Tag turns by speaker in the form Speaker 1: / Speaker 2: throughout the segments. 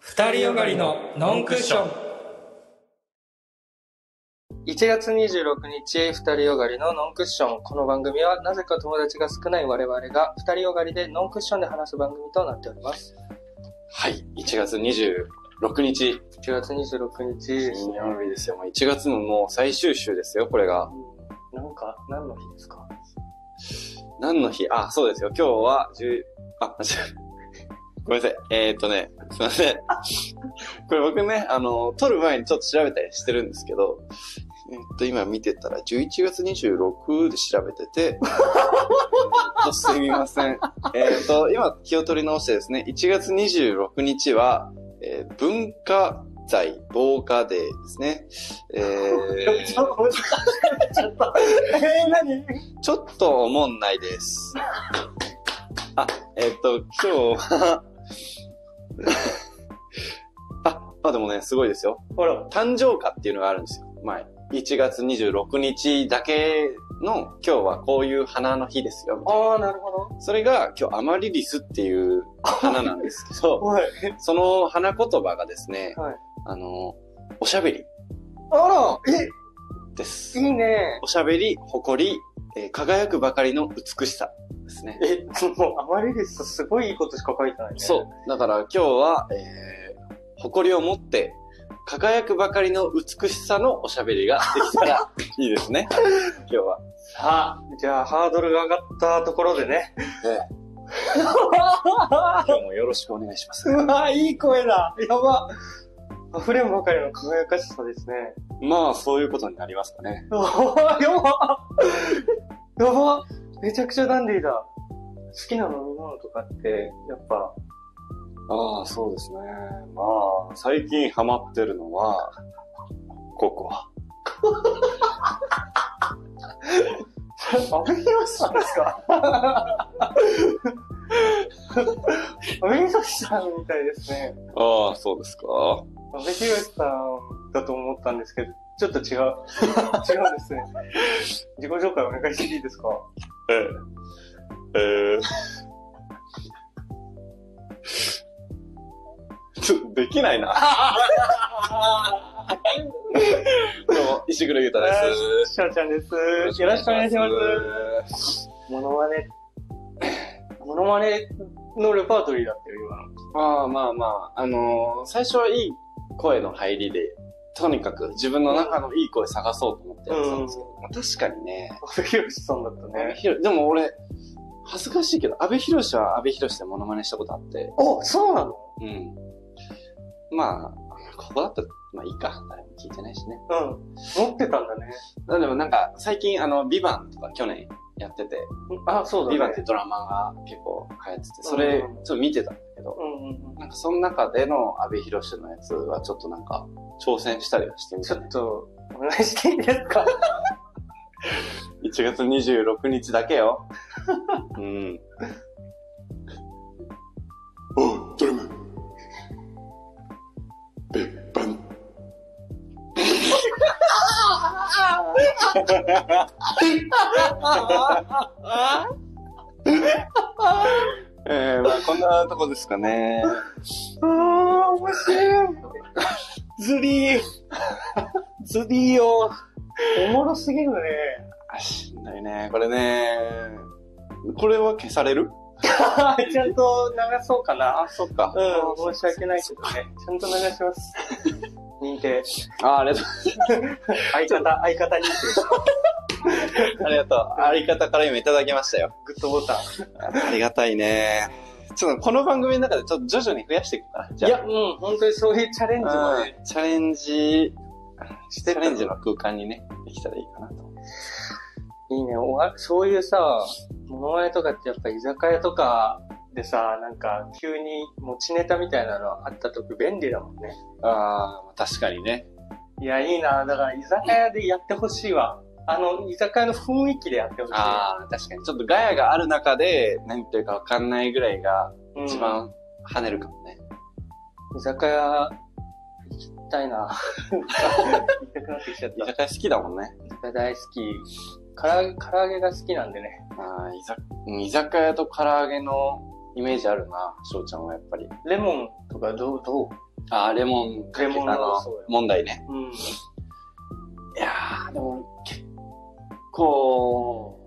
Speaker 1: 二人よがりのノンクッション。
Speaker 2: 1月26日、二人よがりのノンクッション。この番組は、なぜか友達が少ない我々が、二人よがりでノンクッションで話す番組となっており ます。
Speaker 3: はい、1月26日、
Speaker 2: 1月26日です
Speaker 3: 金
Speaker 2: ね。
Speaker 3: 曜日ですよ。もう1月のもう最終週ですよ、これが。
Speaker 2: うんなんか、何の日ですか
Speaker 3: 何の日あ、そうですよ。今日は10、あ、 間違えごめんなさい。えー、っとね、すいません。これ僕ね、あの、撮る前にちょっと調べたりしてるんですけど、えーっと、今見てたら、11月26で調べてて、え ーっとすみません。えーっと、今気を取り直してですね、1月26日は、えー文化財防火デーですね。え
Speaker 2: ち
Speaker 3: ー、
Speaker 2: ょちょっと、えー、何
Speaker 3: ちょっとおもんないです。あ、えっ、と、今日は、あ、まあでもね、すごいですよ。
Speaker 2: ほら、
Speaker 3: 誕生花っていうのがあるんですよ。前。1月26日だけの、今日はこういう花の日ですよ。みたい
Speaker 2: ああ、なるほど。
Speaker 3: なそれが、今日アマリリスっていう花なんですけ ど、
Speaker 2: はい。
Speaker 3: その花言葉がですね、
Speaker 2: はい
Speaker 3: あの、おしゃべり
Speaker 2: あら、え、
Speaker 3: です。
Speaker 2: いいね。
Speaker 3: おしゃべり、誇り、えー輝くばかりの美しさですね。
Speaker 2: え、もう、あまりですと、すごいいいことしか書いてないね。
Speaker 3: そう。だから今日は、えー、誇りを持って、輝くばかりの美しさのおしゃべりができたらいいですね。 今日は。
Speaker 2: さあ、じゃあ、ハードルが上がったところでね。
Speaker 3: 今日もよろしくお願いします。
Speaker 2: うわ、いい声だ。やば。溢れんばかりの輝かしさですね。
Speaker 3: まあ、そういうことになりますかね。
Speaker 2: うわ やば。やば。めちゃくちゃダンディーだ。好きな飲み物とかって、やっぱ、
Speaker 3: ああ、そうですね。まあ、最近ハマってるのは、ココア。
Speaker 2: アメリカさんです かアメリカさんみたいですね。
Speaker 3: ああ、そうですか。
Speaker 2: 阿部寛さんだと思ったんですけど、ちょっと違う。違うん ですね。自己紹介お願いしていいですか
Speaker 3: ええ。ええ。 ちょ、できないな。どうも、石黒優太です。
Speaker 2: しょうちゃんです。よろしくお願いします。
Speaker 3: す。
Speaker 2: モノマネ。モノマネのレパートリーだったよ、今の。
Speaker 3: まあまあまあ、あのー最初はいい声の入りで、とにかく自分の中のいい声探そうと思ってやってたんですけど、まあ確かにね、
Speaker 2: 阿部寛さんだった
Speaker 3: 阿部
Speaker 2: ね。
Speaker 3: 寛でも俺、恥ずかしいけど、安部寛は安部寛でモノマネしたことあって、
Speaker 2: お、そうなの
Speaker 3: うん。まあ、ここだったら、まあいいか。誰も聞いてないしね。
Speaker 2: うん。持ってたんだね。
Speaker 3: でもなんか、最近あの、ビバンとか去年やってて、
Speaker 2: あ、そうだね。
Speaker 3: ビバンってドラマが結構流行ってて、それ、ちょっと見てたんだけど、
Speaker 2: うんうんう
Speaker 3: なんかその中での安部寛のやつはちょっとなんか挑戦したりはして
Speaker 2: ん。
Speaker 3: み
Speaker 2: ち
Speaker 3: た、
Speaker 2: ょ
Speaker 3: ね
Speaker 2: っ。と、お願いしていいですか
Speaker 3: 1月26日だけよ。 うん。
Speaker 4: おう、ドラム。べっぱん。
Speaker 3: えー、まあこんなとこですかね。
Speaker 2: あー、面白い。
Speaker 3: ズリーズリーを。
Speaker 2: おもろすぎるね。
Speaker 3: あ、しんどいね。これね。これは消される
Speaker 2: ちゃんと流そうかな。
Speaker 3: そっか
Speaker 2: うん、申し訳ないけどね。ちゃんと流し ます。認定。
Speaker 3: あ、ありがと
Speaker 2: 相方、相方認定。
Speaker 3: う。ありがとう。あり方から今いただきましたよ。
Speaker 2: グッドボタン。
Speaker 3: ありがたいね。ちょっとこの番組の中でちょっと徐々に増やしていこうかな。
Speaker 2: いや、うん、本当にそういうチャレンジもね、
Speaker 3: うんチャレンジ、チ
Speaker 2: てった
Speaker 3: ャ
Speaker 2: の
Speaker 3: レンジの空間にね、できたらいいかなと。
Speaker 2: いいね。おわそういうさ、物前とかってやっぱ居酒屋とかでさ、なんか急に持ちネタみたいなのあった時便利だもんね。
Speaker 3: ああ、確かにね。
Speaker 2: いや、いいな。だから居酒屋でやってほしいわ。あの、居酒屋の雰囲気でやってほしい。
Speaker 3: ああ、確かに。ちょっとガヤがある中で、何言ってるかわかんないぐらいが、
Speaker 2: うん
Speaker 3: 一番跳ねるかもね。
Speaker 2: 居酒屋、行きたい な。行きたくなってきちゃっ
Speaker 3: 居
Speaker 2: た。
Speaker 3: 酒屋好きだもんね。
Speaker 2: 居酒屋大好き。から揚げ、唐揚げが好きなんでね。
Speaker 3: ああ、居酒居酒屋と唐揚げのイメージあるな、翔ちゃんはやっぱり。
Speaker 2: レモンとかどう、どう
Speaker 3: あー、レモンか
Speaker 2: レ
Speaker 3: けた
Speaker 2: モン
Speaker 3: の
Speaker 2: のそうよ
Speaker 3: 問題ね。
Speaker 2: うん。
Speaker 3: いやー、でも結構、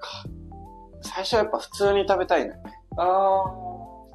Speaker 3: か最初はやっぱ普通に食べたいのよね。
Speaker 2: あ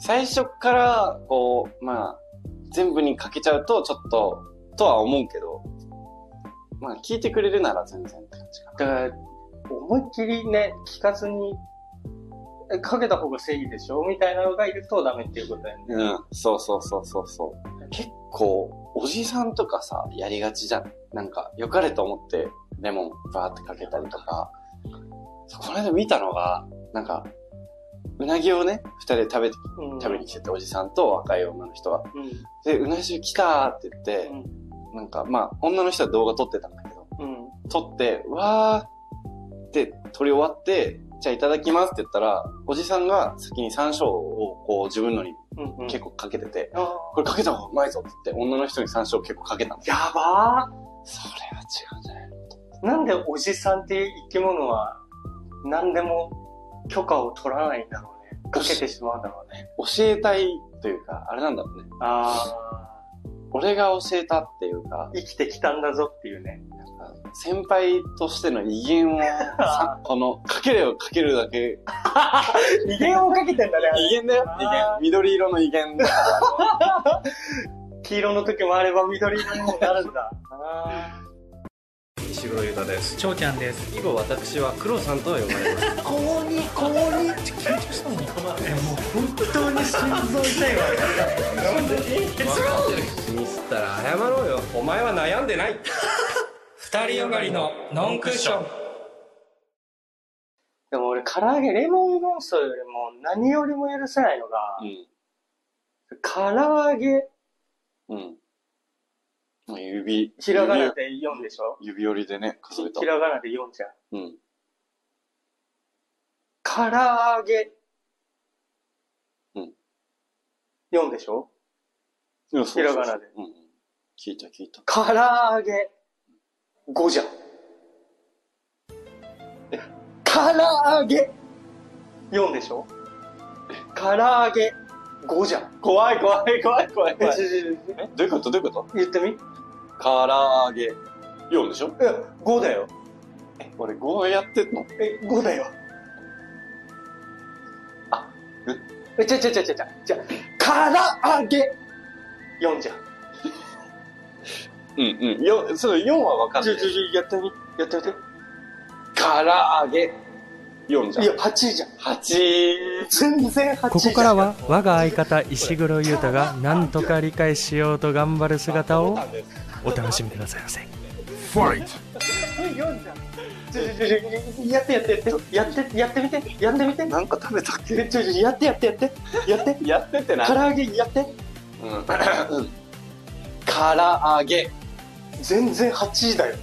Speaker 3: 最初から、こう、まあ、全部にかけちゃうと、ちょっと、とは思うけど、まあ、聞いてくれるなら全然って感じか
Speaker 2: あ。だから、思いっきりね、聞かずに、えかけた方が正義でしょみたいなのがいるとダメっていうことだよね。
Speaker 3: な。うん、そうそうそうそうそう。結構、おじさんとかさ、やりがちじゃん。なんか、良かれと思って、レモンバーってかけたりとか、そうこの間見たのが、なんか、うなぎをね、二人で食べて
Speaker 2: うん。
Speaker 3: 食べに来てて、おじさんと若い女の人が。
Speaker 2: うん。
Speaker 3: で、うな重来たーって言って、なんか、まあ、女の人は動画撮ってたんだけど、
Speaker 2: うん。
Speaker 3: 撮って、わーって撮り終わって、じゃあいただきますって言ったら、おじさんが先に山椒をこう自分のに
Speaker 2: うん。うん。
Speaker 3: 結構かけてて、
Speaker 2: あ
Speaker 3: これかけた方がうまいぞって言って、女の人に山椒結構かけたんだ
Speaker 2: ーやば
Speaker 3: それは違うんじゃない
Speaker 2: ーなんでおじさんっていう生き物は、何でも許可を取らないんだろうね。かけてしまうんだろうね。
Speaker 3: 教えたいというか、あれなんだろうね。
Speaker 2: ああ。
Speaker 3: 俺が教えたっていうか、
Speaker 2: 生きてきたんだぞっていうね。
Speaker 3: 先輩としての威 厳をさ、この、かけれをかけるだけ
Speaker 2: 威厳をかけてんだねあれ
Speaker 3: 威厳だよ
Speaker 2: あー
Speaker 3: 威厳。緑色の威厳 だから。
Speaker 2: 黄色の時もあれば緑色にもなるんだ。
Speaker 5: 石黒優太です
Speaker 1: 翔ちゃんです。
Speaker 5: 以後私は黒さんとは呼ばれます
Speaker 1: ここに、ここに。緊張したもん。もう本当 に心臓痛いわ。
Speaker 5: ミスったら謝ろうよお前は悩んでない
Speaker 1: 二人よがりのノンクッション。
Speaker 2: でも俺、唐揚げ、レモンモンストよりも何よりも許せないのが、唐揚げ、
Speaker 3: うん。うん。もう指、
Speaker 2: ひらがなで読んでしょ
Speaker 3: 指指折りでね、数えた
Speaker 2: ひ。らがなで読んじゃう。
Speaker 3: うん。
Speaker 2: 唐揚げ。
Speaker 3: うん。
Speaker 2: 読んでしょ
Speaker 3: いやそうそうそう
Speaker 2: ひらがなで
Speaker 3: うん。聞いた聞いた。
Speaker 2: 唐揚げ。5じゃん。唐揚げ。4でしょ唐揚げ。5じゃん。
Speaker 3: 怖い怖い怖い怖い
Speaker 2: え、ち
Speaker 3: い。
Speaker 2: ょちょちょ
Speaker 3: え、どういうことどういうこと
Speaker 2: 言ってみ
Speaker 3: 唐揚げ。4でしょ
Speaker 2: え、5だよ。
Speaker 3: え、俺5やってんの
Speaker 2: え、5だよ。あ、え、ちゃちゃちゃちゃちゃ、じゃ、唐揚げ。4じゃん。
Speaker 3: うんうん。よ、その4は分かん
Speaker 2: ち
Speaker 3: な
Speaker 2: ょ
Speaker 3: い
Speaker 2: ちょ。ちょ、やってみ。やってみて。
Speaker 3: 唐揚げ。4じゃん。
Speaker 2: いや、8じゃん。
Speaker 3: 8。
Speaker 2: 全然8じゃん。
Speaker 6: ここからは我が相方石黒優太が何とか理解しようと頑張る姿をお楽しみくださいませ
Speaker 2: 4じゃん。ちょちょちょ、やってやってやって。やって、やってみて。やってみて。
Speaker 3: なんか食べたっ
Speaker 2: ちょちょ、やってやってやって。やって。
Speaker 3: けやってってな。
Speaker 2: 唐揚げやって。
Speaker 3: うん。唐揚げ。
Speaker 2: 全然8だよ。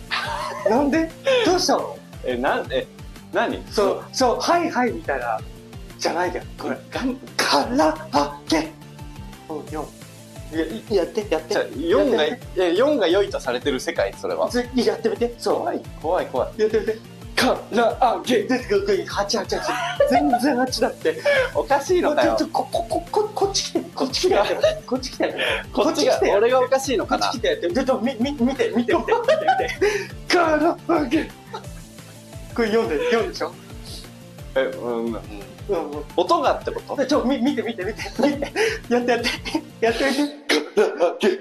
Speaker 2: なんでどうしたの
Speaker 3: え、なん、え、何
Speaker 2: そう、そう、はいはいみたいな、じゃないじゃん。これ。
Speaker 3: がん、
Speaker 2: から揚げうん、4。いや、やって、やって。
Speaker 3: じゃあ4が、
Speaker 2: やっ
Speaker 3: え、4が良いとされてる世界、それは。
Speaker 2: てみてやってみて。そ
Speaker 3: 怖い、怖い、怖い。
Speaker 2: う。やってみて。から揚げ。出てくる国、8、8、8。全然8だって。
Speaker 3: おかしい
Speaker 2: ちょ
Speaker 3: のかよ
Speaker 2: っ。と、こ、こ、こ、こ、こっち来て。こっち来てやって。こっち来てやって。
Speaker 3: こっちが
Speaker 2: こっち来、て
Speaker 3: 俺がおかしいの
Speaker 2: こ
Speaker 3: か
Speaker 2: っち
Speaker 3: な
Speaker 2: 来。てやって。ちょっと、み、み、見て、見て、見て、見て、見 て。から揚げ。これ4で、4でしょ
Speaker 3: え、うん、うん
Speaker 2: うんうん。
Speaker 3: 音がってこと
Speaker 2: ちょ、み、見て、見て、見て、 見て。やって、やって。やってみて。
Speaker 4: から揚げ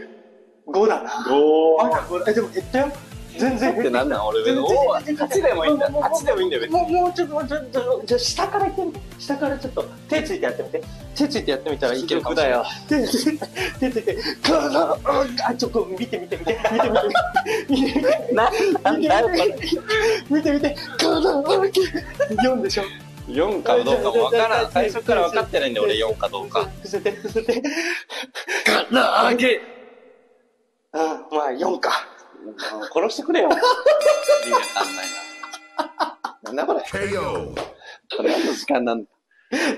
Speaker 2: 5だな。
Speaker 3: お
Speaker 2: あ、これ、え、でも減ったよ。全然減っ
Speaker 3: ったて。なんなん俺別に。おー8でもいいんだ。8でもいいんだよ、別に。
Speaker 2: もう、もうちょっと、もうちょっと、じゃあ下から行ってみて。下からちょっと、手ついてやってみて。手ついてやってみたらいけるかもしれない。手ついて、手ついて、から、あ、ちょっと見て見て見て、見て見て、見て見て、
Speaker 3: な、
Speaker 2: 見て見て、見て見て、から、読んでしょ。
Speaker 3: 4かどうかもわからん。最初から分かってないんで、俺4かどうか。
Speaker 2: 伏せて、伏せて。
Speaker 3: から揚げ
Speaker 2: うん、まあ、4か。
Speaker 3: 殺してくれよ。意味わかんないな。なんだこれ。これ何の時間なんだ。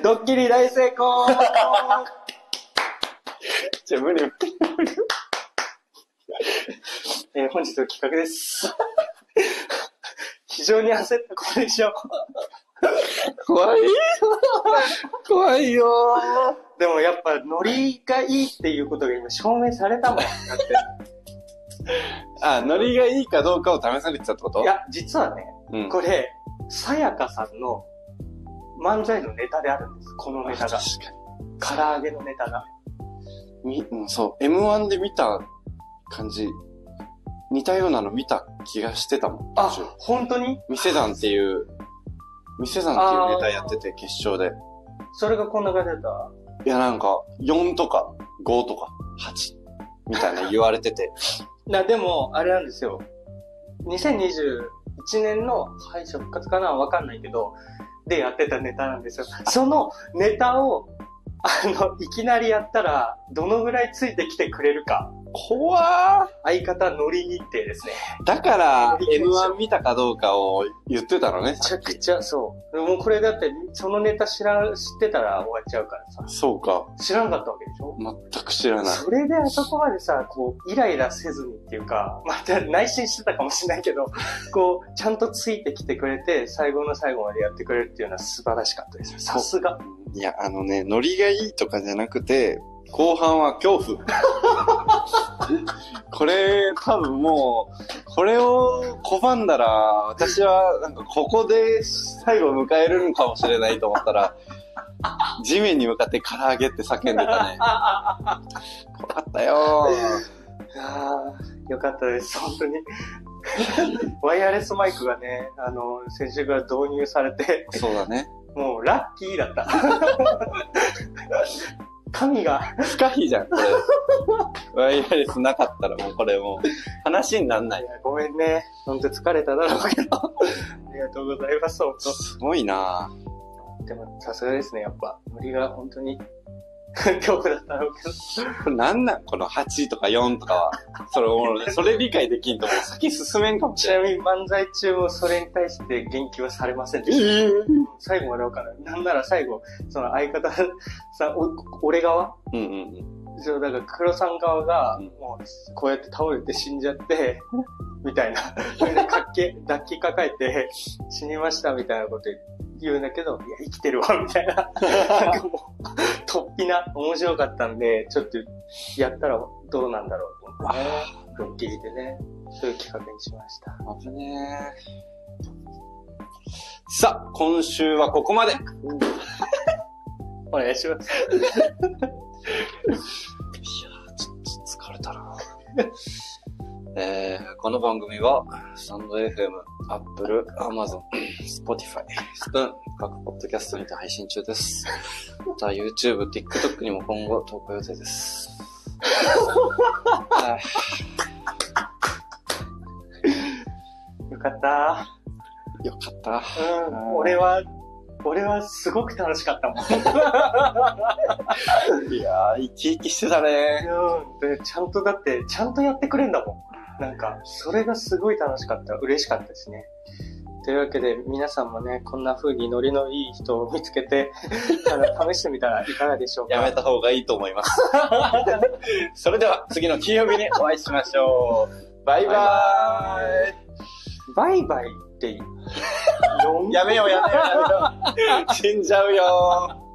Speaker 2: ドッキリ大成功
Speaker 3: じゃあ無理。
Speaker 2: えー本日の企画です。非常に焦ったことでしょう。
Speaker 3: 怖い。怖いよ
Speaker 2: でもやっぱノリがいいっていうことが今証明されたもん。だって
Speaker 3: あ、ノリがいいかどうかを試されてたってこと
Speaker 2: いや、実はね、
Speaker 3: うん。
Speaker 2: これ、さやかさんの漫才のネタであるんです。このネタ
Speaker 3: 確か
Speaker 2: が。唐揚げのネタが。
Speaker 3: に。み、うん、そう。M1 で見た感じ、似たようなの見た気がしてたもん。
Speaker 2: あ、本当に
Speaker 3: 店団っていう、店団っていうネタやってて、決勝で。
Speaker 2: それがこんな感じだった
Speaker 3: いや、なんか、4とか、5とか、8、みたいな言われて て。
Speaker 2: な、でも、あれなんですよ。2021年の敗者復活かなわかんないけど、でやってたネタなんですよ。そのネタを、あの、いきなりやったら、どのぐらいついてきてくれるか。
Speaker 3: 怖
Speaker 2: 相方乗り日程ですね。
Speaker 3: ーだから、M1 見たかどうかを言ってたのね
Speaker 2: め。ちゃくちゃ、そう。もうこれだって、そのネタ知ら、知ってたら終わっちゃうからさ。
Speaker 3: そうか。
Speaker 2: 知らんかったわけでしょ
Speaker 3: 全く知らない。
Speaker 2: それであそこまでさ、こう、イライラせずにっていうか、 また内心してたかもしれないけど、 こう、ちゃんとついてきてくれて、最後の最後までやってくれるっていうのは素晴らしかったです。さすが。
Speaker 3: いや、あのね、ノリがいいとかじゃなくて、後半は恐怖。これ、多分もう、これを拒んだら、私は、なんか、ここで最後迎えるのかもしれないと思ったら、地面に向かって唐揚げって叫んでたね。怖かったよ
Speaker 2: ああ、よかったです、本当に。 ワイヤレスマイクがね、あの、先週から導入されて、
Speaker 3: ー。そうだね。
Speaker 2: もうラッキーだった。 神が、
Speaker 3: 不可避じゃん、これ。ワイヤレスなかったらもうこれもう、話になんないい。
Speaker 2: やごめんね。本当疲れただろうけど。 ありがとうございます、本当。
Speaker 3: すごいなぁ
Speaker 2: でも、さすがですね、やっぱ。ノリが本当に、 恐怖だったろうけど。
Speaker 3: これなんなんこの8とか4とか は。それおもろいね。それ理解できんともう先進めんかもし
Speaker 2: ち
Speaker 3: れん。
Speaker 2: なみに漫才中もそれに対して言及はされませんでした。最後までわからない。なんなら最後、その相方さん、お俺側
Speaker 3: うんうんうん。
Speaker 2: そう、だから黒さん側が、
Speaker 3: うん
Speaker 2: もう、こうやって倒れて死んじゃ って、みたいな。それでかっけ、 抱きかかえて、死にましたみたいなこと言うんだけど、いや、生きてるわ、み たいな。なんかもう、突飛な、面白かったんで、ちょっと、やったらどうなんだろうと思ってね。ドッキリでね、そういう企画にしました。
Speaker 3: 危ねえ。さあ、今週はここまで。
Speaker 2: お願いします。
Speaker 3: 疲れた なえー、この番組は、スタンド FM、Apple、Amazon、Spotify、スプーン、各ポッドキャストにて配信中です。また YouTube、TikTok にも今後投稿予定です。はい
Speaker 2: よかった。
Speaker 3: よかった。
Speaker 2: うん。俺は、俺はすごく楽しかったもん。
Speaker 3: いやー、生き生きしてた
Speaker 2: い
Speaker 3: ね。
Speaker 2: やーでちゃんとだって、ちゃんとやってくれんだもん。なんか、それがすごい楽しかった。嬉しかったですね。というわけで、皆さんもね、こんな風にノリのいい人を見つけて、あの試してみたらいかがでしょうか。
Speaker 3: やめた方がいいと思います。 それでは、次の金曜日にお会いしましょう。バイバ
Speaker 2: バイバイって言う
Speaker 3: ーイ。やめよう、やめよう、やめよう。死んじゃうよー。